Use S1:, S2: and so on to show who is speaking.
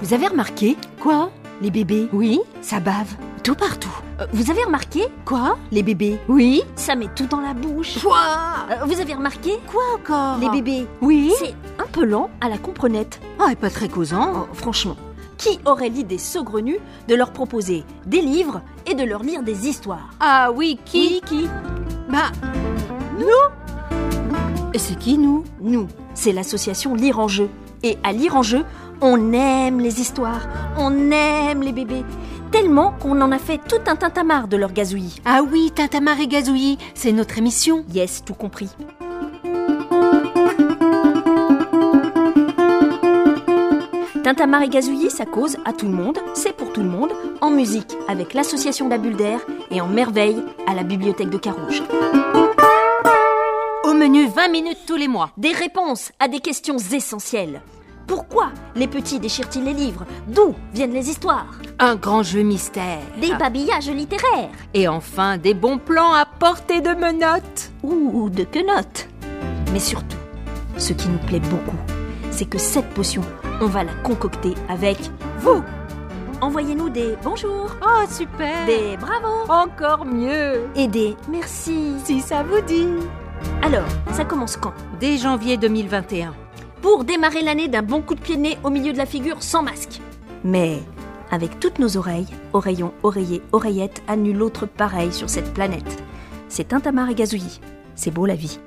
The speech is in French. S1: Vous avez remarqué
S2: Quoi
S1: Les bébés,
S2: Oui
S1: ça bave.
S2: Tout partout.
S1: Euh, vous avez remarqué
S2: Quoi
S1: Les bébés.
S2: Oui Ça met tout dans la bouche.
S1: Quoi
S2: Euh, vous avez remarqué
S1: Quoi encore Les bébés.
S2: Oui C'est un peu lent à la comprenette.
S1: Ah, et pas très causant.
S2: Oh, franchement, qui aurait l'idée saugrenue de leur proposer des livres et de leur lire des histoires
S1: Ah oui,
S2: Oui, qui
S1: Bah, nous Et c'est qui, nous
S2: Nous, c'est l'association Lire en jeu. Et à Lire en jeu, on aime les histoires, on aime les bébés, tellement qu'on en a fait tout un tintamarre de leur gazouillis.
S1: Ah oui, Tintamarre et Gazouillis, c'est notre émission.
S2: Yes, tout compris. Tintamarre et Gazouillis, ça cause à tout le monde, c'est pour tout le monde, en musique avec l'association La Bulle d'Air et en merveille à la bibliothèque de Carouge.
S1: Au menu 20 minutes tous les mois.
S2: Des réponses à des questions essentielles. Pourquoi les petits déchirent-ils les livres D'où viennent les histoires
S1: Un grand jeu mystère.
S2: Des babillages littéraires
S1: Et enfin, des bons plans à portée de menottes.
S2: ou de quenottes. Mais surtout, ce qui nous plaît beaucoup, c'est que cette potion, on va la concocter avec vous. Envoyez-nous des bonjours,
S1: Oh, super
S2: des bravos
S1: Encore mieux
S2: et des merci.
S1: Si ça vous dit
S2: Alors, ça commence quand
S1: Dès janvier 2021.
S2: Pour démarrer l'année d'un bon coup de pied de nez au milieu de la figure sans masque. Mais avec toutes nos oreilles, oreillons, oreillers, oreillettes, à nul autre pareil sur cette planète. C'est un tamar et gazouillis. C'est beau la vie.